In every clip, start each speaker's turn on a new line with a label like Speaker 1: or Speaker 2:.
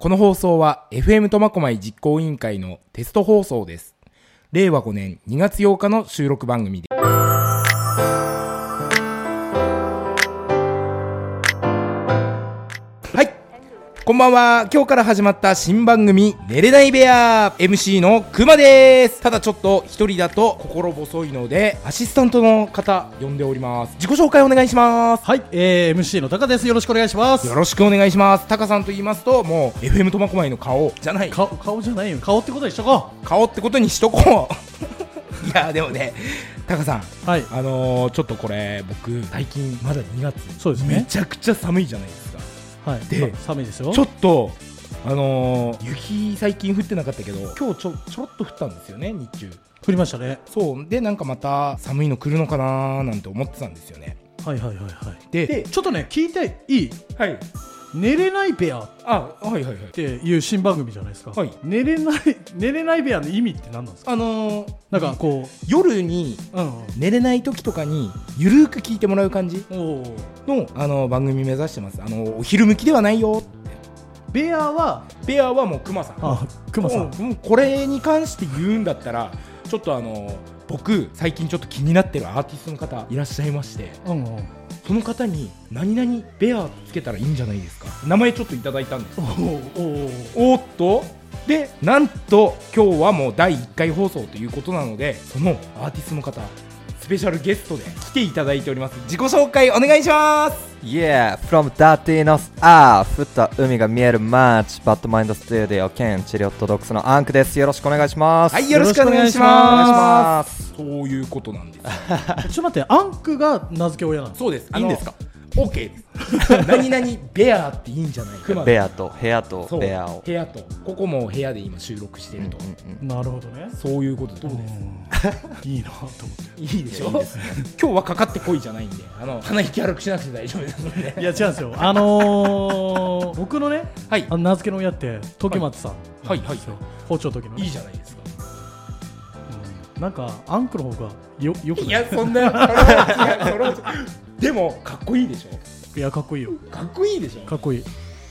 Speaker 1: この放送は FM 苫小牧実行委員会のテスト放送です。令和5年2月8日の収録番組で。はい。こんばんは。今日から始まった新番組、寝れない部屋。MC のくまです。ただちょっと一人だと心細いので、アシスタントの方呼んでおります。自己紹介お願いします。
Speaker 2: はい、えー、MC のタカです。よろしくお願いします。
Speaker 1: よろしくお願いします。タカさんと言いますと、もう FM 苫小牧の顔じゃない。
Speaker 2: 顔、顔じゃないよ。顔ってことにしとこ
Speaker 1: う。顔ってことにしとこう。 いやでもね、タカさん、
Speaker 2: はい、
Speaker 1: あのー、ちょっとこれ僕最近まだ2月、
Speaker 2: そうですね。
Speaker 1: めちゃくちゃ寒いじゃないですか。
Speaker 2: はい、で寒いですよ
Speaker 1: ちょっとあのー、雪最近降ってなかったけど今日ちょちょろっと降ったんですよね日中
Speaker 2: 降りましたね
Speaker 1: そうでなんかまた寒いの来るのかなーなんて思ってたんですよね
Speaker 2: はいはいはいはい
Speaker 1: で
Speaker 2: ちょっとね聞いていい
Speaker 1: はい
Speaker 2: 寝れないペア
Speaker 1: あはいはいはいって
Speaker 2: いう新番組じゃないですか、
Speaker 1: はい、
Speaker 2: 寝れない寝れない部屋の意味って何なんですか
Speaker 1: あのー、
Speaker 2: なんかこう
Speaker 1: 夜に寝れない時とかにゆるく聞いてもらう感じの、あのー、番組目指してますあのー、お昼向きではないよ
Speaker 2: ベアは
Speaker 1: ベアはもうクマさん
Speaker 2: あクマさん
Speaker 1: もうこれに関して言うんだったらちょっとあの僕最近ちょっと気になってるアーティストの方いらっしゃいまして、
Speaker 2: うんうん
Speaker 1: その方に何々ベアつけたらいいんじゃないですか名前ちょっといただいたんですおおっとでなんと今日はもう第1回放送ということなのでそのアーティストの方スペシャルゲストで来ていただいております自己紹介お願いします
Speaker 3: Yeah, from Dirty North Earth と海が見えるマーチバッドマインドスタジオ兼チリオットドックスのアンクですよろしくお願いします
Speaker 1: はいよろしくお願いしますそういうことなんです
Speaker 2: ちょっと待ってアンクが名付け親なの
Speaker 1: そうです
Speaker 2: いいんですか
Speaker 1: OK です 何々ベアっていいんじゃないか
Speaker 3: ベアと部屋とベアを
Speaker 1: 部屋とここも部屋で今収録してると、うん
Speaker 2: うん、なるほどね
Speaker 1: そういうことそうです
Speaker 2: いいなと思って
Speaker 1: いいでしょい、ね、 今日はかかってこいじゃないんであの鼻引き荒くしなくて大丈夫ですので、ね、
Speaker 2: いや違うんですよあのー、僕のね、
Speaker 1: はい、
Speaker 2: あの名付けの親って時松さん、
Speaker 1: はい、はいはい
Speaker 2: 包丁時の、
Speaker 1: ね、いいじゃないですか
Speaker 2: なんかアンクの方がよよく
Speaker 1: いやそんないやでもかっこいいでし
Speaker 2: ょいやかっこいいよ
Speaker 1: かっこいいでしょ
Speaker 2: かっこいい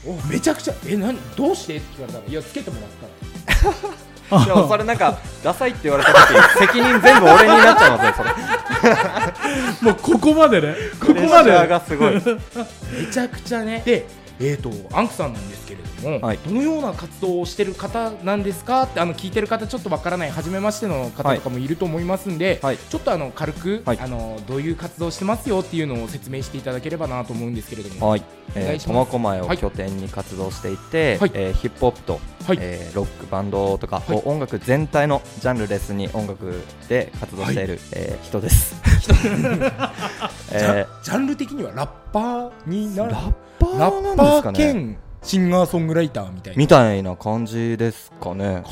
Speaker 1: おめちゃくちゃえなんどうしてって言われたらいやつけてもら
Speaker 3: ったらいやそれなんかダサいって言われた時責任全部俺になっちゃいますね
Speaker 2: それもうここまでねここまで
Speaker 3: がすごいめ
Speaker 1: ちゃくちゃねでえーと、とアンクさんなんですけれども、はい、どのような活動をしてる方なんですかってあの聞いてる方ちょっとわからない初めましての方とかもいると思いますんで、はい、ちょっとあの軽く、はい、あのどういう活動してますよっていうのを説明していただければなと思うんですけれども、
Speaker 3: はいえー、苫小牧を拠点に活動していて、はい、えー、ヒップホップと、はい、えー、ロックバンドとか、はい、音楽全体のジャンルレスに音楽で活動している、はい、えー、人です
Speaker 1: えー、ジャンル的にはラッパーになる
Speaker 3: ラッパーなんですかね
Speaker 1: シンガーソングライターみたいな
Speaker 3: みたいな感じですかね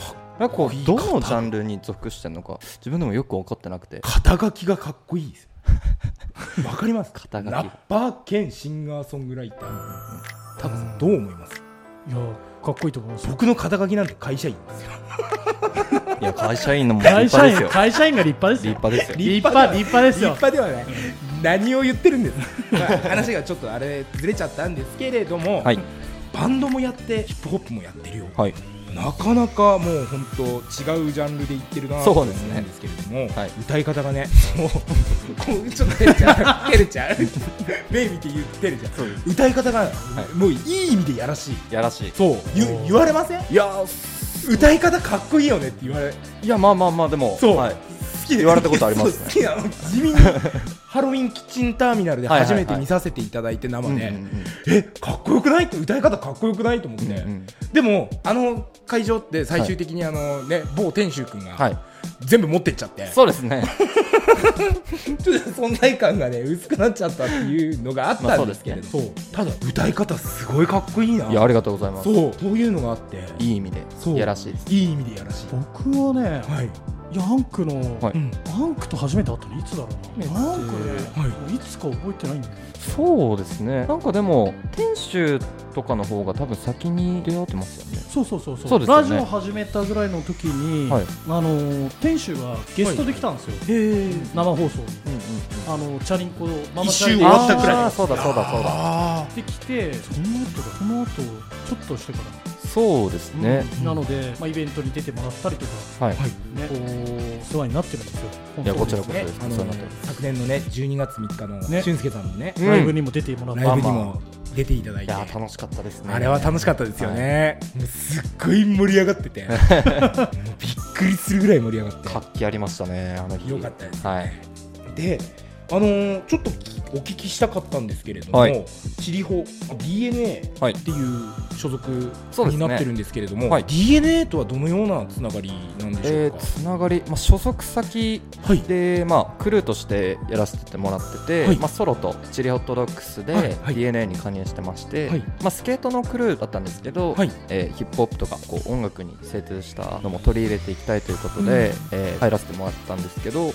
Speaker 3: なんかこうどのジャンルに属してるのか自分でもよく分かってなく て
Speaker 1: 肩書きがかっこいい ですわかります
Speaker 3: 肩
Speaker 1: 書ラッパー兼シンガーソングライター、うん、多分どう思います
Speaker 2: いやかっこいいと思います
Speaker 1: 僕の肩書きなんて会社員ですよ
Speaker 3: いや会社員のも立派ですよ
Speaker 2: 会社員が立派です
Speaker 3: 立派ですよ
Speaker 2: 立派立派ですよ
Speaker 1: 立派ではない何を言って るんですまあ、話がちょっとあれずれちゃったんですけれども、
Speaker 3: はい、
Speaker 1: バンドもやってヒップホップもやってるよ、
Speaker 3: はい、
Speaker 1: なかなかもう本当違うジャンルでいってるなと思うんですけれども、ねはい、歌い方がねもうこうちょっと照れちゃう照れちゃう目見て言ってるじゃん歌い方が、もういい意味でやらしい
Speaker 3: やらしい
Speaker 1: そう言われません
Speaker 3: いや
Speaker 1: 歌い方かっこいいよねって言われ
Speaker 3: いやまあまあまあでも
Speaker 1: そう、
Speaker 3: はい、言われたことあります、ね、
Speaker 1: 好きなの地味にハロウィンキッチンターミナルで初めて見させていただいて生で、はいはい、えかっこよくないって歌い方かっこよくないと思って、うんうん、でもあの会場って最終的にあのね、ね、はい、某天秀君が、はい、全部持ってっちゃって
Speaker 3: そうです ね
Speaker 1: ちょっと存在感がね薄くなっちゃったっていうのがあったんですけれど、まあね、ただ歌い方すごいかっこいいない
Speaker 3: やありがとうございます
Speaker 1: そうそういうのがあって
Speaker 3: いい意味でやらしい
Speaker 1: いい意味でやらしい
Speaker 2: 僕はね、
Speaker 1: はい
Speaker 2: いやアンクの、はい、アンクと初めて会ったのいつだろうな、アンクね、はい、いつか覚えてないんだよ
Speaker 3: そうですねなんかでも店主とかの方が多分先に出会ってますよね
Speaker 2: そうそうそうそう、ね、ラジオ始めたぐらいの時に、はい、あの店主がゲストで来たんですよ、
Speaker 1: はい、
Speaker 2: 生放送に、うんうんうん、あのチャリンコ
Speaker 1: ママチャリンコ
Speaker 3: そうだそうだそうだ
Speaker 2: で来てその後その後ちょっとしてから
Speaker 3: そうですね、
Speaker 2: うんなので、まあ、イベントに出てもらったりとか、
Speaker 3: はい
Speaker 2: ね、こうお世話になってるんですよ、本
Speaker 3: いや
Speaker 2: 当
Speaker 3: こ
Speaker 2: に
Speaker 3: ちらこそ
Speaker 1: ね
Speaker 3: です、
Speaker 1: あ
Speaker 3: そう
Speaker 1: の
Speaker 3: なってま
Speaker 1: 昨年のね12月3日の
Speaker 2: ね
Speaker 1: 俊介さんのね
Speaker 3: うん
Speaker 2: ライブにも出てもら
Speaker 1: ラ
Speaker 2: っ
Speaker 1: イブに
Speaker 3: まあま
Speaker 1: も出ていただい
Speaker 3: い
Speaker 1: て
Speaker 3: やー楽しかったですね
Speaker 1: あれは楽しかったですよね、もうすっごい盛り上がって てもうびっくりするぐらい盛り上がって
Speaker 3: 活気ありましたねあの日
Speaker 1: よかったです
Speaker 3: はい
Speaker 1: であのーちょっときお聞きしたかったんですけれども、
Speaker 3: はい
Speaker 1: チリホ DNA
Speaker 3: はい
Speaker 1: っていう所属
Speaker 3: そうです
Speaker 1: に
Speaker 3: ね
Speaker 1: なってるんですけれども、
Speaker 3: はい
Speaker 1: DNA とはどのようなつながりなんでしょ
Speaker 3: え
Speaker 1: う
Speaker 3: ー
Speaker 1: か、
Speaker 3: つながり、まあ、所属先
Speaker 1: はい
Speaker 3: で、まあ、クルーとしてやらせてもらってて、
Speaker 1: はい
Speaker 3: まあ、ソロとチリホットドッグスで
Speaker 1: はいはい
Speaker 3: DNA に加入してまして、
Speaker 1: はい
Speaker 3: まあ、スケートのクルーだったんですけど、
Speaker 1: はい
Speaker 3: えーヒップホップとかこう音楽に精通したのも取り入れていきたいということで、えー入らせてもらったんですけど、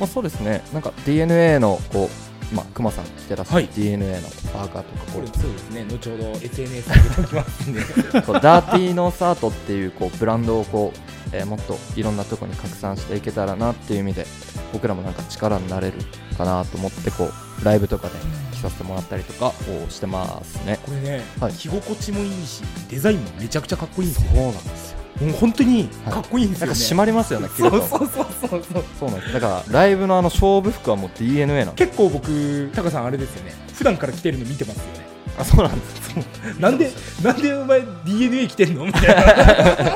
Speaker 3: まあ、そうですねなんか DNA のこう、まあ、クマさん着てらっしゃ
Speaker 1: は
Speaker 3: る
Speaker 1: い
Speaker 3: DNA のバーガーとかこ
Speaker 1: こ
Speaker 3: う
Speaker 1: れそうですね後ほど SNS 上げておきますん で
Speaker 3: こうダーティーノサートっていうこうブランドをこう、えーもっといろんなとこに拡散していけたらなっていう意味で僕らもなんか力になれるかなと思ってこうライブとかで着させてもらったりとかをしてますね。
Speaker 1: これね、
Speaker 3: はい
Speaker 1: 着心地もいいしデザインもめちゃくちゃかっこいいんですよ
Speaker 3: そうなんですよ。
Speaker 1: もう本当にかっこいいんです
Speaker 3: なん
Speaker 1: よ
Speaker 3: か
Speaker 1: ね、
Speaker 3: 締まりますよね、着
Speaker 1: そ
Speaker 3: る
Speaker 1: う
Speaker 3: と。
Speaker 1: そうそうそうそう
Speaker 3: そうなんです。だからライブのあの勝負服はもう DNA なんです。
Speaker 1: 結構僕タカさんあれですよね普段から着てるの見てますよね
Speaker 3: あ、そうなんです。
Speaker 1: なんでなんでお前 DNA 着てんのみたい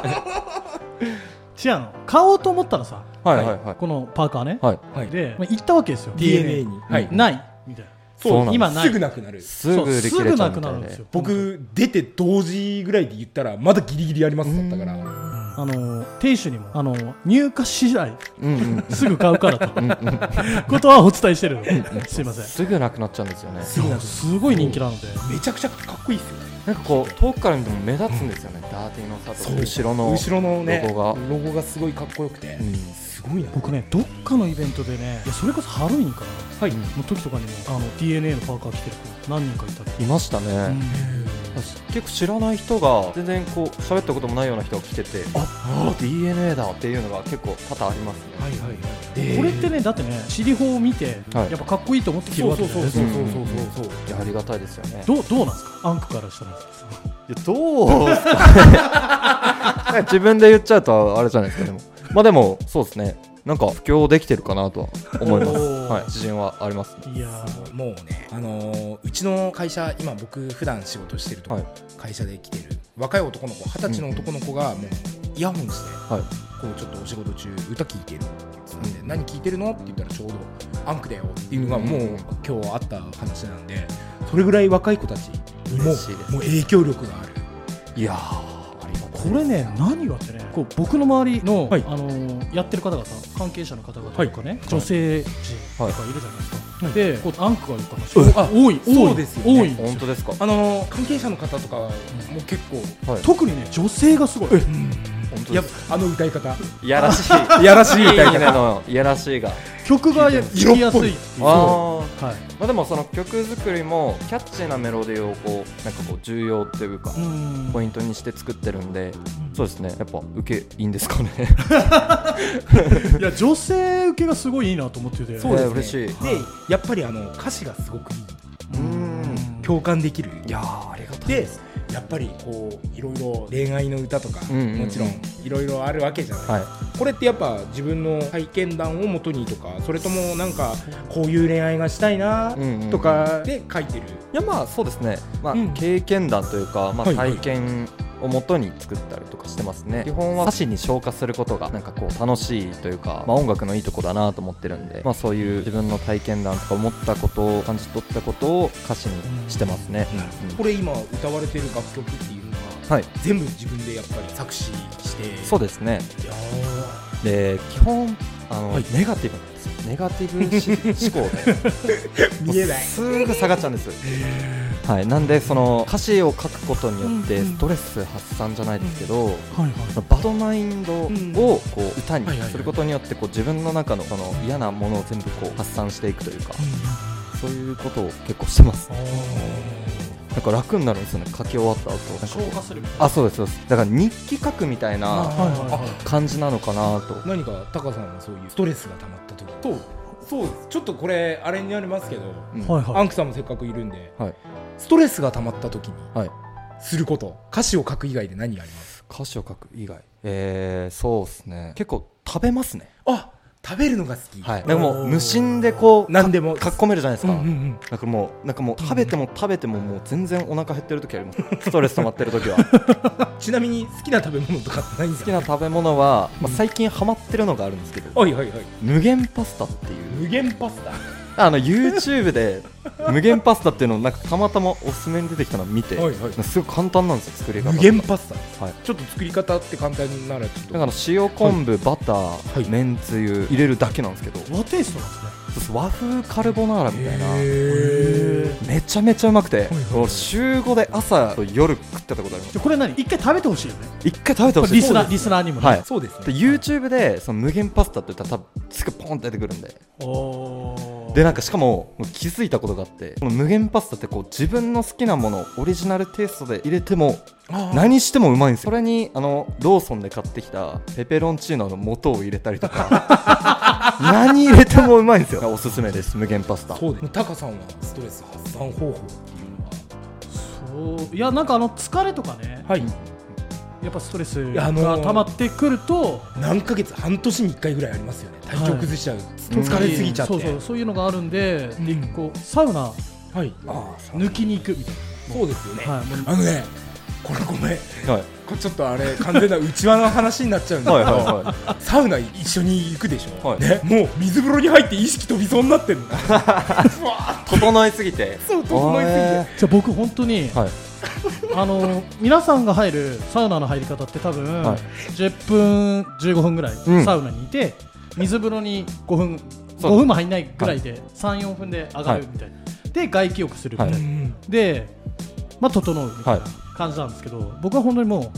Speaker 1: な
Speaker 2: て、違うの、買おうと思ったらさ、
Speaker 3: はいはいはい。
Speaker 2: このパーカーね、
Speaker 3: はい。
Speaker 1: はい
Speaker 2: で、まあ、行ったわけですよ、
Speaker 1: DNA に、はい、
Speaker 2: ないみたいな、
Speaker 3: そうなんです
Speaker 2: 今ない
Speaker 1: すぐなくなる
Speaker 3: すぐ売り切れちゃうみた
Speaker 2: そうすぐなくなる
Speaker 3: い
Speaker 2: ん
Speaker 3: で
Speaker 2: です。よ
Speaker 1: 僕出て同時ぐらいで言ったらまだギリギリありますだったから
Speaker 2: あの亭主にもあの入荷次第
Speaker 3: うんうん。
Speaker 2: すぐ買うからと
Speaker 3: うんうん。
Speaker 2: ことはお伝えしてるすいません
Speaker 3: すぐなくなっちゃうんですよね。
Speaker 1: すぐなくなる
Speaker 2: すごい人気なので
Speaker 1: めちゃくちゃかっこいいですよ
Speaker 3: なんかこう遠くから見ても目立つんですよね。ダーティーノサートの後ろの。
Speaker 1: 後ろのね
Speaker 3: ロゴが
Speaker 1: ロゴがすごいかっこよくて、
Speaker 3: うん
Speaker 1: すごいな
Speaker 2: 僕ねどっかのイベントでねいやそれこそハロウィンかな
Speaker 1: はい
Speaker 2: の時とかにもあの DNA のパーカー着てる子何人かいたり
Speaker 3: いましたね、
Speaker 2: うん
Speaker 3: 結構知らない人が全然こう喋ったこともないような人が来ててああ DNA だっていうのが結構多々ありますね、
Speaker 1: はいはいはい
Speaker 2: これってねだってねチリ法を見てや
Speaker 3: は
Speaker 2: っ
Speaker 3: い
Speaker 2: ぱかっこいいと思って着る
Speaker 1: そう
Speaker 2: わ
Speaker 1: そ
Speaker 2: け
Speaker 1: う
Speaker 2: じゃ
Speaker 1: そ
Speaker 2: ないうです
Speaker 1: そうそうそうそうそ
Speaker 2: か
Speaker 1: う
Speaker 3: いやありがたいですよね
Speaker 2: どうどうなんですかアンクからしたら
Speaker 3: いやどうです か自分で言っちゃうとあれじゃないですかでもまあでもそうですねなんか布教できてるかなとは思います
Speaker 2: おー
Speaker 3: はい自信はありますね
Speaker 2: いやー
Speaker 1: もうね、あのーうちの会社今僕普段仕事してるとこ、
Speaker 3: はい
Speaker 1: 会社で来てる若い男の子二十歳の男の子がもうイヤホンして、
Speaker 3: はい
Speaker 1: こうちょっとお仕事中歌聴いてるなんで何聴いてるのって言ったらちょうど「アンクだよ」っていうのがもう
Speaker 3: うん
Speaker 1: 今日あった話なんでそれぐらい若い子たちにも
Speaker 3: 嬉しいです
Speaker 1: もう影響力がある
Speaker 3: いやーありがたい
Speaker 2: これね何がってねこう僕の周りの、
Speaker 1: はい
Speaker 2: あのーやってる方々関係者の方々とかね、女性陣とかいるじゃないですか、
Speaker 1: はい
Speaker 2: でこうアンクがいるから
Speaker 1: うん
Speaker 2: あ多い多い
Speaker 1: そうですよね
Speaker 2: 多いんです
Speaker 3: 本
Speaker 2: よ
Speaker 3: 当ですか
Speaker 1: あのー関係者の方とかも結構、
Speaker 3: はい
Speaker 2: 特にね女性がすごい
Speaker 3: 本当
Speaker 1: や
Speaker 3: で
Speaker 1: っ
Speaker 3: す
Speaker 1: ぱあの歌い方
Speaker 3: いやらしい
Speaker 1: いやらしい
Speaker 3: いい
Speaker 1: 歌い
Speaker 3: ね
Speaker 1: 方
Speaker 3: のいやらしいが
Speaker 2: 曲が聴きやすいっていうは
Speaker 3: ああ
Speaker 2: い
Speaker 3: まあ、でもその曲作りもキャッチーなメロディーをこうなんかこう重要っていうか、
Speaker 2: うん
Speaker 3: ポイントにして作ってるんで、そうですねやっぱ受けいいんですかね
Speaker 2: いや女性受けがすごいいいなと思ってて
Speaker 1: そうです、ね、
Speaker 3: 嬉しい
Speaker 1: でやっぱりあの歌詞がすごくいい
Speaker 3: うん
Speaker 1: 共感できる
Speaker 3: いやーありがたい
Speaker 1: でやっぱりこういろいろ恋愛の歌とか、
Speaker 3: うんうんうん
Speaker 1: もちろんいろいろあるわけじゃない、
Speaker 3: はい
Speaker 1: これってやっぱ自分の体験談をもとにとかそれともなんかこういう恋愛がしたいな
Speaker 3: うんうん
Speaker 1: とかで書いてる、
Speaker 3: いやまあそうですね、まあ
Speaker 1: うん
Speaker 3: 経験談というか、ま
Speaker 1: は
Speaker 3: あ、
Speaker 1: いはい
Speaker 3: 体験をもとに作ったりとかしてますね、基本は歌詞に消化することがなんかこう楽しいというか、まあ、音楽のいいとこだなと思ってるんで、まあ、そういう自分の体験談とか思ったことを感じ取ったことを歌詞にしてますね、うん
Speaker 1: これ今歌われてる楽曲っていうのは
Speaker 3: はい
Speaker 1: 全部自分でやっぱり作詞して
Speaker 3: そう
Speaker 1: で
Speaker 3: ですね
Speaker 1: すいやー
Speaker 3: で基本あの、
Speaker 1: はい
Speaker 3: ネガティブなんですよネガティブ思思 考で
Speaker 1: 見えない
Speaker 3: すぐ下がっちゃうんですはいなんでその歌詞を書くことによって
Speaker 2: うんうん
Speaker 3: ストレス発散じゃないですけど、
Speaker 2: はいはい
Speaker 3: そのバドマインドをこう歌に
Speaker 1: はいはいはい
Speaker 3: することによってこう自分の中のその嫌なものを全部こう発散していくというかそういうことを結構してますなんか楽になるんですよね書き終わった後なんかこう
Speaker 2: 消化するみたいな
Speaker 3: あそうですそうですだから日記書くみたい
Speaker 1: あ
Speaker 3: な
Speaker 2: はいはいはい
Speaker 3: 感じなのかなと
Speaker 1: 何かタカさんはそういうストレスが溜まった時そうそうですちょっとこれあれになりますけど
Speaker 3: うん
Speaker 2: はい
Speaker 1: ア
Speaker 2: はい
Speaker 1: ンクさんもせっかくいるんで、
Speaker 3: はい
Speaker 1: ストレスが溜まった時に、
Speaker 3: はい
Speaker 1: すること歌詞を書く以外で何があります
Speaker 3: 歌詞を書く以外えー、そうですね結構食べますね
Speaker 1: あ食べるのが好き、
Speaker 3: はいでも無心でこう
Speaker 1: 何でも
Speaker 3: かっこめるじゃないですか、
Speaker 1: うんうんうん
Speaker 3: なんかもうなんかもう食べても食べてももう全然お腹減ってる時 ありますストレス溜まってる時は
Speaker 1: ちなみに好きな食べ物とかってないんです
Speaker 3: 好き
Speaker 1: か
Speaker 3: な食べ物は、まあ、最近ハマってるのがあるんですけど
Speaker 1: はいはいはい
Speaker 3: 無限パスタっていう
Speaker 1: 無限パスタ
Speaker 3: あの YouTube で無限パスタっていうのをなんかたまたまおすすめに出てきたのを見て
Speaker 1: はいはい
Speaker 3: すごい簡単なんですよ作り方
Speaker 1: 無限パスタ、
Speaker 3: はい
Speaker 1: ちょっと作り方って簡単ならちょっと
Speaker 3: だから塩昆布、バター、
Speaker 1: はい
Speaker 3: めんつゆ入れるだけなんですけどそう
Speaker 2: 和テイストなんですね
Speaker 3: そう和風カルボナーラみたいな
Speaker 1: へー
Speaker 3: めちゃめちゃうまくて、
Speaker 1: はい
Speaker 3: もう週5で朝と夜食ってたことあります
Speaker 2: じゃあこれ何一回食べてほしいよね
Speaker 3: 一回食べて
Speaker 2: こ
Speaker 3: ほ
Speaker 2: れ
Speaker 3: しい
Speaker 2: リスナーリスナーにもね、
Speaker 3: はい
Speaker 1: そうです
Speaker 3: で
Speaker 1: ね
Speaker 3: YouTube でその無限パスタって言ったら多分すぐポンって出てくるんで
Speaker 2: おー
Speaker 3: でなんかしかももう気づいたことがあってこの無限パスタってこう自分の好きなものをオリジナルテイストで入れても
Speaker 1: あー
Speaker 3: 何してもうまいんですよそれにあのローソンで買ってきたペペロンチーノの素を入れたりとか 何入れてもうまいんですよおすすめです無限パスタ
Speaker 1: そうですタカさんはストレス発散方法っていうのは
Speaker 2: そういやなんかあの疲れとかね、
Speaker 1: はい
Speaker 2: やっぱストレス
Speaker 1: やあ
Speaker 2: が
Speaker 1: のー
Speaker 2: 溜まってくると、
Speaker 1: 何ヶ月半年に1回ぐらいありますよね体調崩しちゃう、疲
Speaker 3: 疲
Speaker 1: れすぎちゃって、
Speaker 2: そうそうそういうのがあるんで、で
Speaker 1: うん
Speaker 2: こうサウナ
Speaker 1: はい
Speaker 3: ああそ
Speaker 2: 抜きに行くみたい
Speaker 1: そうですよね、
Speaker 2: な、はい、もう
Speaker 1: あのねこれごめん
Speaker 3: うはい
Speaker 1: これちょっとあれ完全な内輪の話になっちゃうんだ
Speaker 3: は
Speaker 1: けど、
Speaker 3: いはいはい
Speaker 1: サウナ一緒に行くでしょ、
Speaker 3: はい
Speaker 1: ね、もう水風呂に入って意識飛びそうになってるのうわーっ
Speaker 3: 整いすぎて
Speaker 1: そう整いすぎて
Speaker 2: じゃあ僕本当に、
Speaker 3: はい
Speaker 2: あのー皆さんが入るサウナの入り方って多分、
Speaker 3: はい
Speaker 2: 10分15分ぐらい
Speaker 3: うん
Speaker 2: サウナにいて、水風呂に5分
Speaker 3: そう
Speaker 2: 5分も入んないぐらいで、34分で上がるみたいな、で外気浴するみたいな、
Speaker 3: はい
Speaker 2: で、まあ、整うみたいな感じなんですけど、僕は本当にも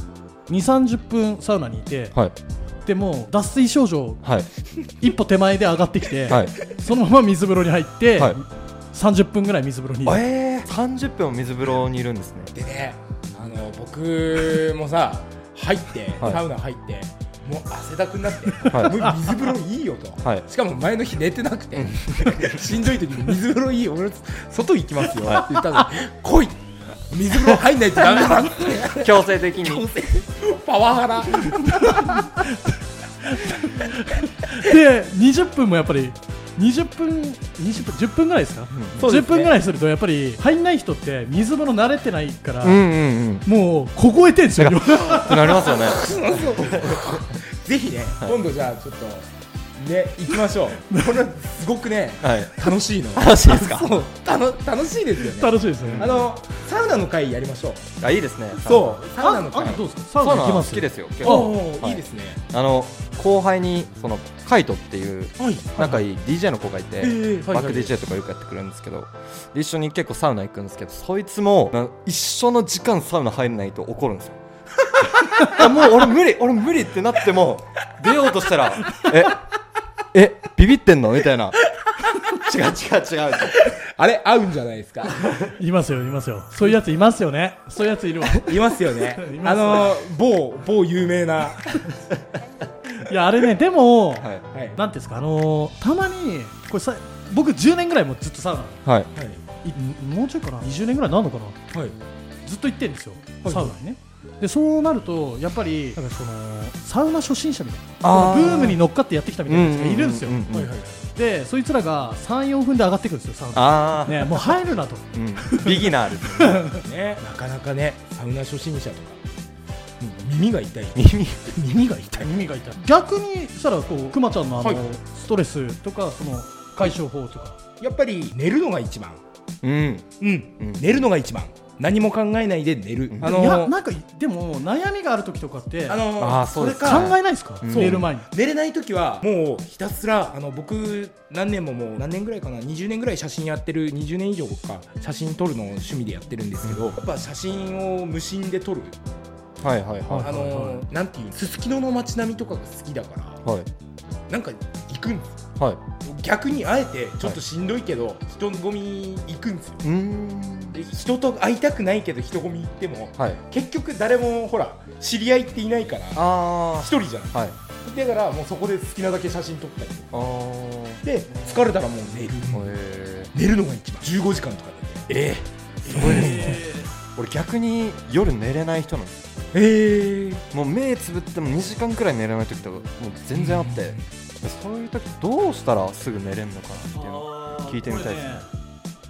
Speaker 2: う2 3 0分サウナにいて、
Speaker 3: はい
Speaker 2: でもう脱水症状
Speaker 3: はい
Speaker 2: 一歩手前で上がってきて、
Speaker 3: はい
Speaker 2: そのまま水風呂に入って、
Speaker 3: はい
Speaker 2: 30分ぐらい水風呂にいて
Speaker 3: ええー、30分も水風呂にいるんですね
Speaker 1: でねあの僕もさ入って
Speaker 3: はい
Speaker 1: サウナ入って、もう汗だくになって、
Speaker 3: はい
Speaker 1: もう水風呂いいよと、
Speaker 3: はい
Speaker 1: しかも前の日寝てなくて しんどい時に水風呂いいよ俺外行きますよって言ったのに来い水風呂入んないとダメだって
Speaker 3: 強制的に
Speaker 1: パワハラ
Speaker 2: で20分もやっぱり20分20分10分ぐらいですか、
Speaker 1: そうですね
Speaker 2: 10分ぐらいするとやっぱり入んない人って水風呂慣れてないから、
Speaker 3: うんうんうんっ
Speaker 2: もう凍えてんですよ
Speaker 3: だてなりますよね
Speaker 1: ぜひね、今度じゃあちょっとね行きましょうこれすごくね
Speaker 3: はい
Speaker 1: 楽しいの
Speaker 3: 楽しいですか
Speaker 1: そうたの楽しいですよね
Speaker 2: 楽しいですね
Speaker 1: あのサウナの会やりましょう
Speaker 3: あいいですね
Speaker 1: そうサウ
Speaker 2: ああ
Speaker 1: ナ
Speaker 2: ん
Speaker 1: の
Speaker 2: た
Speaker 1: 会
Speaker 2: どうですかサ
Speaker 3: サ
Speaker 2: ウ
Speaker 3: ウ
Speaker 2: ナ
Speaker 3: ナ
Speaker 2: 行きま
Speaker 3: 好
Speaker 2: す
Speaker 3: きですよ結
Speaker 1: お
Speaker 3: 構
Speaker 1: おー
Speaker 3: はい
Speaker 1: いいですね
Speaker 3: あの後輩にそのカイトっていう
Speaker 1: はい
Speaker 3: 仲いい DJ の子がいて、
Speaker 1: えーはい
Speaker 3: バック DJ とかよくやってくるんですけど、で一緒に結構サウナ行くんですけどそいつもな一緒の時間サウナ入らないと怒るんですよ いやもう俺無理俺無理ってなっても出ようとしたら ええビビってんのみたいな 違う違う違う
Speaker 1: あれ合うんじゃないですか
Speaker 2: いますよいますよそういうやついますよねそういうやついるわ
Speaker 1: いますよね
Speaker 2: いますね
Speaker 1: あの某某有名な
Speaker 2: いやあれねでも、
Speaker 3: はい
Speaker 1: はい
Speaker 2: なんていうんですかあのーたまにこれさ僕10年ぐらいもうずっとサウナ
Speaker 3: はい
Speaker 2: いもうちょいかな20年ぐらいになるのかな
Speaker 1: はい
Speaker 2: ずっと行ってるんですよ、
Speaker 1: はい
Speaker 2: サウナにね。でそうなると、やっぱりなんかそのサウナ初心者みたいな、
Speaker 3: あ
Speaker 2: ブ
Speaker 3: ー
Speaker 2: ームに乗っかってやってきたみたいなやつがいるんですよ
Speaker 3: う、うう
Speaker 1: はい
Speaker 3: うん
Speaker 1: はい
Speaker 2: でそいつらが3、4分で上がってくるんですよ、サウナ。
Speaker 3: ああ、
Speaker 2: ね、もう入るなと、
Speaker 3: うんビギナーですね
Speaker 1: ねなかなかねサウナ初心者とかうん耳が痛い
Speaker 3: 耳
Speaker 1: 耳が痛い
Speaker 2: 耳が痛い。逆にしたらこう、くまちゃんのあの、
Speaker 1: はい
Speaker 2: ストレスとか、その解消法とか、
Speaker 1: やっぱり寝るのが一番
Speaker 3: うん
Speaker 1: うん
Speaker 3: うん
Speaker 1: 寝るのが一番何も考えないで寝る、
Speaker 3: うん
Speaker 1: あ
Speaker 2: いや
Speaker 1: のー
Speaker 2: なんか、でも悩みがある時とかって、
Speaker 1: あのー
Speaker 3: あーそうです
Speaker 1: れ
Speaker 2: 考
Speaker 1: か
Speaker 2: えないですか、
Speaker 3: うん
Speaker 2: 寝る前に。
Speaker 1: 寝れない時はもうひたすらあの僕何年ももう何年ぐらいかな20年ぐらい写真やってる20年以上か写真撮るのを趣味でやってるんですけど、やっぱ写真を無心で撮る、
Speaker 3: はいはいは
Speaker 1: あのーなんていうすすきのの街並みとかが好きだから
Speaker 3: いはい
Speaker 1: なんか行くんです
Speaker 3: はい
Speaker 1: 逆にあえてちょっとしんどいけど、人混み行くんですよ
Speaker 3: うーん
Speaker 1: で人と会いたくないけど人混み行っても
Speaker 3: はい
Speaker 1: 結局誰もほら知り合いっていないから
Speaker 3: あ
Speaker 1: 一人じゃん
Speaker 3: あはい
Speaker 1: だからもうそこで好きなだけ写真撮ったりとか
Speaker 3: あー
Speaker 1: で疲れたらもう寝る、
Speaker 3: へえ
Speaker 1: 寝るのが一番15時間とか寝てええ
Speaker 2: えー
Speaker 3: 俺逆に夜寝れない人なんです
Speaker 1: ええ
Speaker 3: もう目つぶっても2時間くらい寝れない時とかもう全然あって、そういう時どうしたらすぐ寝れるのかなっていうの聞いてみたいですね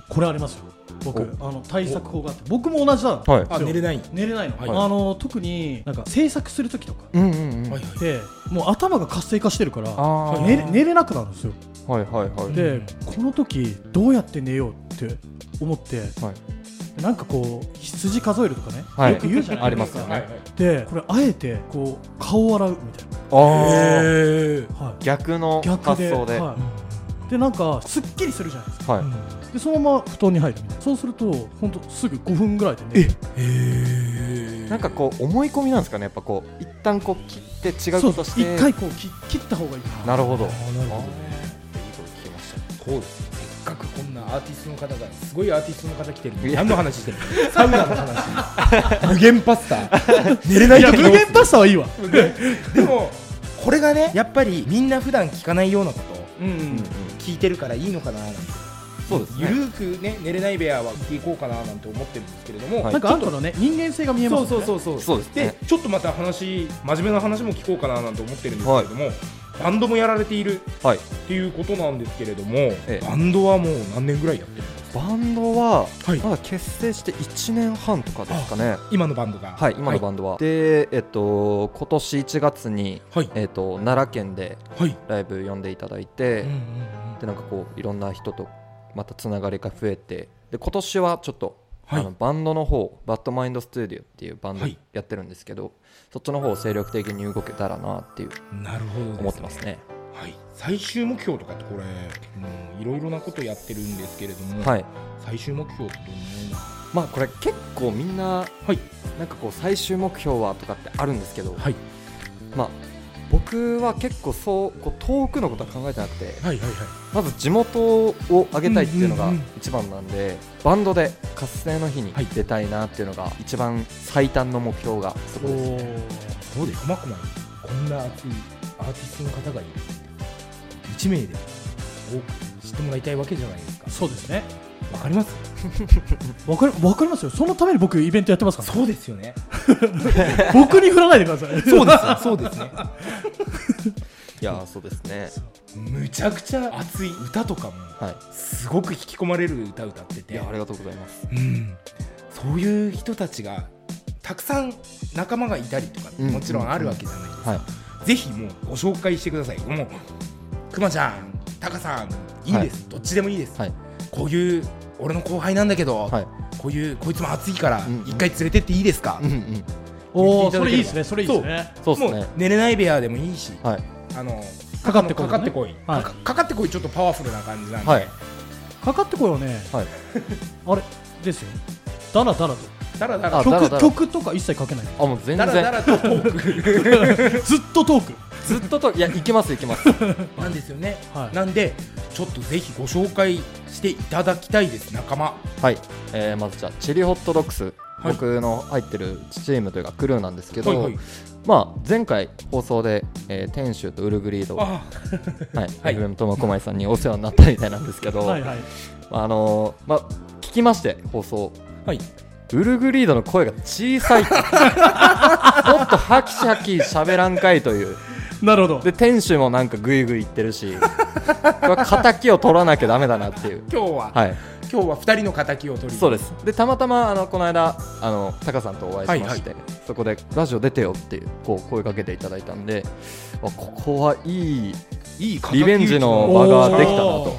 Speaker 2: これありますよ僕
Speaker 3: お
Speaker 2: あの対策法があって僕も同じなんですよ、
Speaker 3: はい
Speaker 1: あ寝れない
Speaker 2: 寝れないの,、
Speaker 1: はい
Speaker 2: あの特になんか制作する時とか
Speaker 3: うんうんう
Speaker 1: はい
Speaker 3: ん
Speaker 1: はい
Speaker 2: でもう頭が活性化してるから
Speaker 3: あー
Speaker 2: 寝れ寝れなくなるんですよ
Speaker 3: はいはいはい
Speaker 2: でこの時どうやって寝ようって思って、
Speaker 3: は
Speaker 2: なんかこう羊数えるとかね、
Speaker 3: はい
Speaker 2: よく言うじゃないですか
Speaker 3: ありますよね
Speaker 2: でこれあえてこう顔を洗うみたい
Speaker 3: あ
Speaker 1: え
Speaker 3: ー
Speaker 2: な、はい、
Speaker 3: 逆の
Speaker 2: 逆
Speaker 3: 発
Speaker 2: で
Speaker 3: 想では
Speaker 2: はい、でなんかすっきりするじゃないですか
Speaker 3: い
Speaker 2: でそのまま布団に入るみたいなそうすると本当すぐ5分ぐらいで寝る
Speaker 1: え
Speaker 3: なんかこう思い込みなんですかねやっぱこう一旦こう切って違う
Speaker 2: そう
Speaker 3: ことして
Speaker 2: 一回こう切切った方がいい
Speaker 3: なるほど
Speaker 1: あーなるほどね
Speaker 3: あーいいこと聞きました
Speaker 1: こうですねせっかくこんなアーティストの方がすごいアーティストの方来てるの
Speaker 3: い
Speaker 1: に
Speaker 3: や
Speaker 1: 何の話してるの サウナの話無限パスタ寝れないい
Speaker 2: や
Speaker 1: 時
Speaker 2: 無限パスタはいいわ、
Speaker 1: でもこれがねやっぱりみんな普段聞かないようなことを
Speaker 2: うんうん
Speaker 1: 聞いてるからいいのかななんて
Speaker 3: そうです
Speaker 1: ゆ
Speaker 3: ね
Speaker 1: るーくね寝れない部屋は聞いていこうかななんて思ってるんですけれども、
Speaker 3: はい
Speaker 2: なんかあんたのね人間性が見えます
Speaker 1: そ
Speaker 2: よ
Speaker 1: う
Speaker 2: ね
Speaker 1: そうそうそう
Speaker 3: そうですね
Speaker 1: でちょっとまた話真面目な話も聞こうかななんて思ってるんですけれども、バンドもやられている
Speaker 3: はい
Speaker 1: っていうことなんですけれども、
Speaker 3: ええ
Speaker 1: バンドはもう何年ぐらいやってるんですか
Speaker 3: バンドは
Speaker 1: はい
Speaker 3: まだ結成して1年半とかですかね
Speaker 1: 今のバンドが
Speaker 3: はい今のバンドはでえっと今年1月に
Speaker 1: はい
Speaker 3: えっと奈良県で
Speaker 1: はい、
Speaker 3: ライブ呼んでいただいて
Speaker 1: うんうんうん
Speaker 3: でなんかこういろんな人とまたつながりが増えてで今年はちょっと、
Speaker 1: はい
Speaker 3: あのバンドの方バッドマインドストゥディオっていうバンド
Speaker 1: はい
Speaker 3: やってるんですけど、そっちの方を精力的に動けたらなっていう
Speaker 1: なるほどですね
Speaker 3: 思ってますね
Speaker 1: はい、最終目標とかってこれ、うん、いろいろなことやってるんですけれども、
Speaker 3: はい
Speaker 1: 最終目標ってどんなような
Speaker 3: まあこれ結構みんな、
Speaker 1: はい
Speaker 3: なんかこう最終目標はとかってあるんですけど、
Speaker 1: はい
Speaker 3: まあ僕は結構そうこう遠くのことは考えてなくて
Speaker 1: はいはいはい
Speaker 3: まず地元を上げたいっていうの
Speaker 1: うん
Speaker 3: が
Speaker 1: うんうん
Speaker 3: 一番なんで、バンドで活性の日に
Speaker 1: はい
Speaker 3: 出たいなっていうのが一番最短の目標がそこです
Speaker 2: お
Speaker 1: そうです苫小牧にこんな熱いアーティストの方がいる1名でも多く知ってもらいたいわけじゃないですか
Speaker 2: そうですね
Speaker 1: わかります
Speaker 2: わかりわかりますよそのために僕イベントやってますから
Speaker 1: そうですよね
Speaker 2: 僕に振らないでください
Speaker 1: そうですよそうですね
Speaker 3: いやーそうですね
Speaker 1: むちゃくちゃ熱い歌とかも
Speaker 3: はい
Speaker 1: すごく引き込まれる歌歌って
Speaker 3: い
Speaker 1: て
Speaker 3: やありがとうございます
Speaker 1: うん、そういう人たちがたくさん仲間がいたりとか
Speaker 3: うん
Speaker 1: もちろんあるわけじゃないですか、
Speaker 3: はい
Speaker 1: ぜひもうご紹介してくださいもうくまちゃんタカさんいいです、どっちでもいいです、
Speaker 3: はい
Speaker 1: こういう俺の後輩なんだけど、
Speaker 3: はい
Speaker 1: こういうこいつも熱いから
Speaker 3: うん
Speaker 1: 一回連れてっていいですか、
Speaker 3: うんうん
Speaker 1: 言ってい
Speaker 2: お お
Speaker 1: ただ
Speaker 2: そ
Speaker 1: ければ
Speaker 2: れいいですねそれいいですね
Speaker 3: そうです
Speaker 1: もう
Speaker 3: ね
Speaker 1: 寝れない部屋でもいいし、
Speaker 3: はい
Speaker 1: あの
Speaker 2: かかってこい
Speaker 1: かかってこい、
Speaker 2: はい
Speaker 1: かかかかってこいちょっとパワフルな感じなんで、
Speaker 3: はい
Speaker 2: かかってこいはね、
Speaker 3: はい
Speaker 2: あれですよだらだらと
Speaker 1: だらだ
Speaker 3: あ
Speaker 1: ら
Speaker 3: だらだ
Speaker 2: 曲
Speaker 3: ら
Speaker 2: 曲とか一切かけない
Speaker 3: あもう全
Speaker 1: だらだ
Speaker 3: 然
Speaker 1: らとト ーク
Speaker 2: ずっとトーク
Speaker 3: ずっとといや行きます行きます
Speaker 1: なんですよね
Speaker 2: はい
Speaker 1: なんでちょっとぜひご紹介していただきたいです仲間
Speaker 3: はい、えー、まずじゃあチリホットドッグス、
Speaker 1: はい
Speaker 3: 僕の入ってるチームというかクルーなんですけど、
Speaker 1: はいはい
Speaker 3: まあ、前回放送で、えー、天州とウルグリード、はい
Speaker 1: あはい
Speaker 3: FM 苫小牧さんにお世話になったみたいなんですけど、
Speaker 2: はいはい
Speaker 3: まああのーまあ、聞きまして放送
Speaker 1: はい
Speaker 3: ウルグリードの声が小 さいもっとハキシャキ喋らんかいという
Speaker 2: なるほど
Speaker 3: で天守もなんかグイグイ言ってるしこれは敵を取らなきゃダメだなっていう
Speaker 1: 今日は、
Speaker 3: はい
Speaker 1: 今日は二人の敵を取り
Speaker 3: そうですでたまたまあのこの間あのタカさんとお会いしまして、そこでラジオ出てよっていうこう声かけていただいたんであここはいい
Speaker 1: いい敵
Speaker 3: リベンジの
Speaker 1: 討ち
Speaker 3: 場ができたな
Speaker 2: お
Speaker 3: と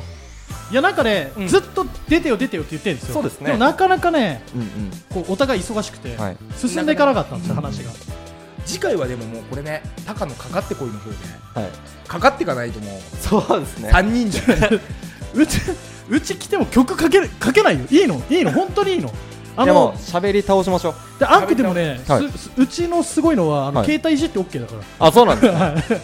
Speaker 2: ーいやなんかね、
Speaker 1: うん
Speaker 2: ずっと出てよ出てよって言ってるんですよ
Speaker 3: そうですね
Speaker 2: もなかなかね
Speaker 3: うんうん
Speaker 2: こうお互い忙しくて、
Speaker 3: はい
Speaker 2: 進んでいかなかったんですよ話が
Speaker 1: 次回はでももうこれね高のかかってこいの方で
Speaker 3: はい
Speaker 1: かかっていかないともう
Speaker 3: そうですね
Speaker 1: 三人じゃない
Speaker 2: うちうち来ても曲かけるかけないよいいのいいの本当にいいのあ
Speaker 3: でも
Speaker 2: の
Speaker 3: 喋り倒しましょう
Speaker 2: でアンクでもね、
Speaker 3: はい
Speaker 2: すすうちのすごいのはあの、
Speaker 3: はい
Speaker 2: 携帯いじって OK だから
Speaker 3: あそうなんですね、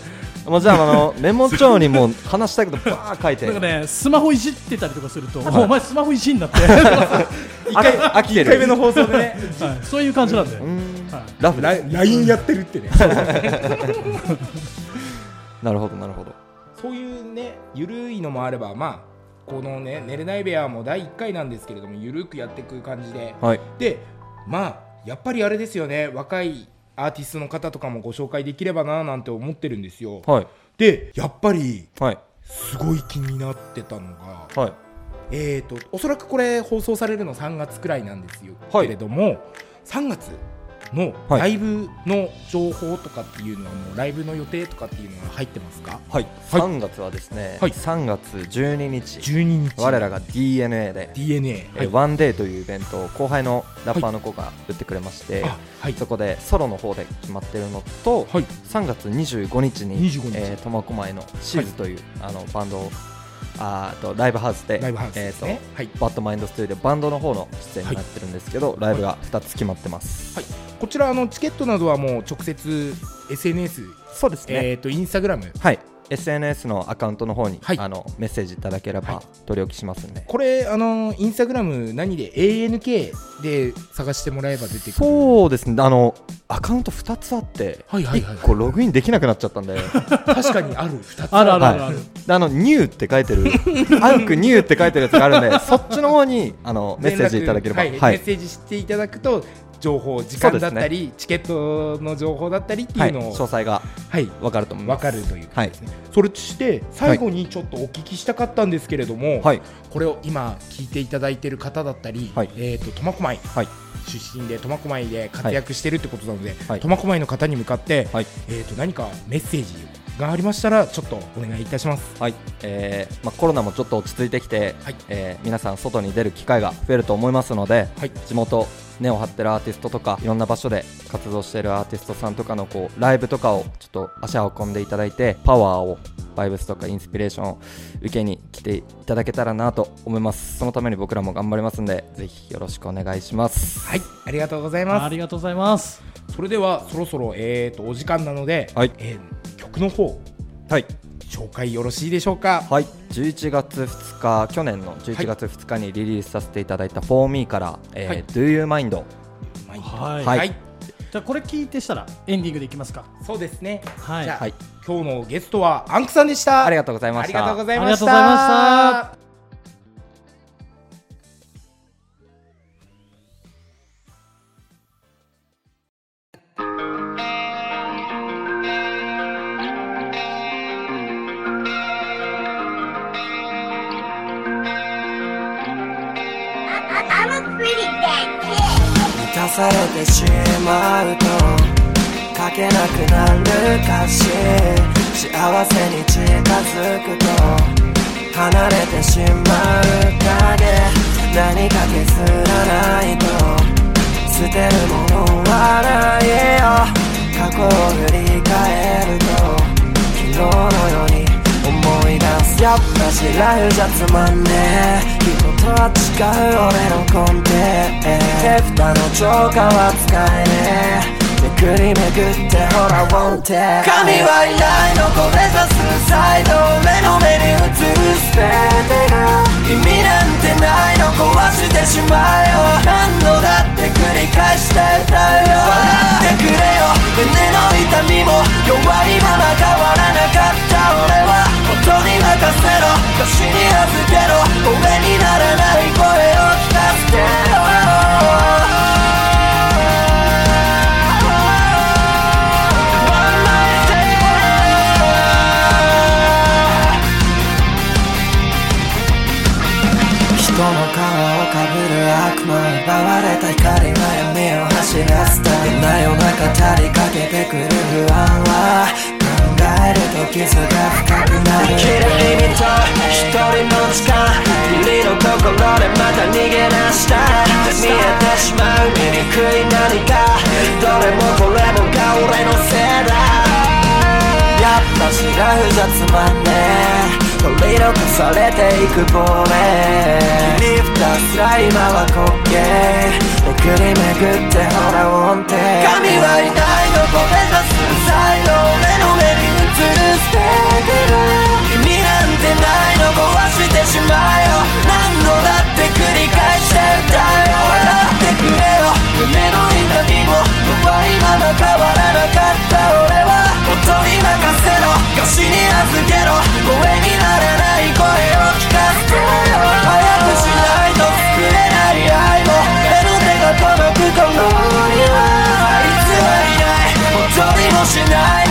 Speaker 3: もうじゃああのメモ帳にもう話したいことばー書いて
Speaker 2: なんかね、スマホいじってたりとかすると、
Speaker 3: はい
Speaker 2: お前スマホいじんなって、 は
Speaker 1: 一回
Speaker 3: あ飽きて
Speaker 1: 一回目
Speaker 3: る
Speaker 1: の放送でね
Speaker 2: い、そういう感じなんで、
Speaker 3: うーん
Speaker 2: は
Speaker 3: ラフ
Speaker 1: ラ
Speaker 3: です
Speaker 1: イ LINE やってるってね
Speaker 3: なるほどなるほど
Speaker 1: そういうねゆるいのもあればまあこのね寝れない部屋も第一回なんですけれどもゆるくやっていく感じで
Speaker 3: はい
Speaker 1: でまあやっぱりあれですよね若いアーティストの方とかもご紹介できればななんて思ってるんですよ、
Speaker 3: はい
Speaker 1: でやっぱり
Speaker 3: はい
Speaker 1: すごい気になってたのが
Speaker 3: はい
Speaker 1: えー、とおそらくこれ放送されるの3月くらいなんですよ、
Speaker 3: はい
Speaker 1: けれども3月の
Speaker 3: はい
Speaker 1: ライブの情報とかっていうのはもうライブの予定とかっていうのは入ってますか
Speaker 3: はい3月はですね、
Speaker 1: はい
Speaker 3: 3月12日
Speaker 1: 12日
Speaker 3: 我らが d n a で
Speaker 1: DNA
Speaker 3: えーワンデーというイベントを後輩のラッパーの子が打ってくれまして、
Speaker 1: あはい
Speaker 3: そこでソロの方で決まってるのと、
Speaker 1: はい
Speaker 3: 3月25日に
Speaker 1: 25日
Speaker 3: えー苫小牧のシーズという、あのバンドをあーあとライブハウスで
Speaker 1: ライブハウスですね、
Speaker 3: えー
Speaker 1: はい
Speaker 3: とバッドマインドストゥーでバンドの方の出演になってるんですけど、ライブが2つ決まってます、
Speaker 1: こちらあのチケットなどはもう直接 SNS、
Speaker 3: そうですね、
Speaker 1: えー、とインスタグラム
Speaker 3: はい SNS のアカウントの方に、
Speaker 1: はい
Speaker 3: あのメッセージいただければ
Speaker 1: は
Speaker 3: 取り置きしますんで、
Speaker 1: これあのインスタグラム何で ANK で探してもらえば出てくるう
Speaker 3: そうですねあのアカウント2つあって、
Speaker 1: はいはいはい
Speaker 3: 1個ログインできなくなっちゃったんで
Speaker 1: 確かにある2つ
Speaker 2: あるあるあるある、
Speaker 3: あのニューって書いてる アンクニューって書いてるやつがあるんでそっちの方にあのメッセージいただければ
Speaker 1: 連絡はい
Speaker 3: はい
Speaker 1: メッセージしていただくと情報時間だったり、チケットの情報だったりっていうの
Speaker 3: はい
Speaker 1: を、は
Speaker 3: 詳細が
Speaker 1: い
Speaker 3: 分かると思い
Speaker 1: わ
Speaker 3: ます
Speaker 1: かるという
Speaker 3: はい
Speaker 1: それとして最後にちょっとお聞きしたかったんですけれども、
Speaker 3: はい
Speaker 1: これを今聞いていただいてる方だったり、
Speaker 3: はい
Speaker 1: えーと苫小牧
Speaker 3: はい
Speaker 1: 出身で苫小牧で活躍してるってことなので
Speaker 3: はい
Speaker 1: 苫小牧の方に向かって、
Speaker 3: はい
Speaker 1: えー、と何かメッセージがありましたらちょっとお願いいたします。
Speaker 3: はいえーまあ、コロナもちょっと落ち着いてきて、
Speaker 1: はい
Speaker 3: えー皆さん外に出る機会が増えると思いますので
Speaker 1: はい、
Speaker 3: 地元根を張ってるアーティストとかいろんな場所で活動してるアーティストさんとかのこうライブとかをちょっと足を運んでいただいてパワーをバイブスとかインスピレーションを受けに来ていただけたらなと思いますそのために僕らも頑張りますんでぜひよろしくお願いします
Speaker 1: はい、ありがとうございます
Speaker 2: あ。りがとうございます
Speaker 1: それではそろそろ、えー、とお時間なので、
Speaker 3: はい
Speaker 1: えー曲の方
Speaker 3: はい
Speaker 1: 紹介よろしいでしょうか、
Speaker 3: はい、11月2日、去年の11月2日にリリースさせていただいた For Me から、えー
Speaker 1: はい
Speaker 3: Do You Mind、
Speaker 1: はい
Speaker 2: はい、
Speaker 3: はい
Speaker 2: じゃあこれ聞いてしたらエンディングでいきますか
Speaker 1: そうですね、
Speaker 2: はい
Speaker 1: じゃあ、
Speaker 3: はい
Speaker 1: 今日のゲストはアンクさんでした
Speaker 3: ありがとうございました。
Speaker 1: ありがとうございました
Speaker 2: ありがとうございました
Speaker 4: 満たされてしまうと書けなくなる歌詞幸せに近づくと離れてしまう影何か削らないと捨てるものはないよ過去を振り返ると昨日のように思い出すやっぱしライフじゃつまんねえ人とは違う俺の根底手蓋の浄化は使えねえめくりめくってほら want it 神はいないのこれさスサイド目の目に映す全てが意味なんてないの壊してしまえよ何度だって繰り返して歌うよ笑ってくれよ胸の痛みも弱いまま変わらなかった俺は音に任せろ歌詞に預けろ声にならない声を聞かせてよ人の皮をかぶる悪魔奪われた光は闇を走らせた夜な夜な語りかけてくる不安は考えると傷が深くなる生きる意味と一人の時間君の心でまた逃げ出した見えてしまう醜い何かどれもこれもが俺のせいだやっぱしラフじゃつまんねえ取り残されていく亡命リフターすら今は滑稽めくりめくってほら音程神はいないどこ目指す才能目の上に映るステージ君なんてないの壊してしまえよ何度だって繰り返して歌えよ笑ってくれよ胸の痛みも弱いまま変わらなかった俺は音に任せろ歌詞に預けろ声にならない声を聞かせてよ早くしないと作れない愛も目の手が届くこのしない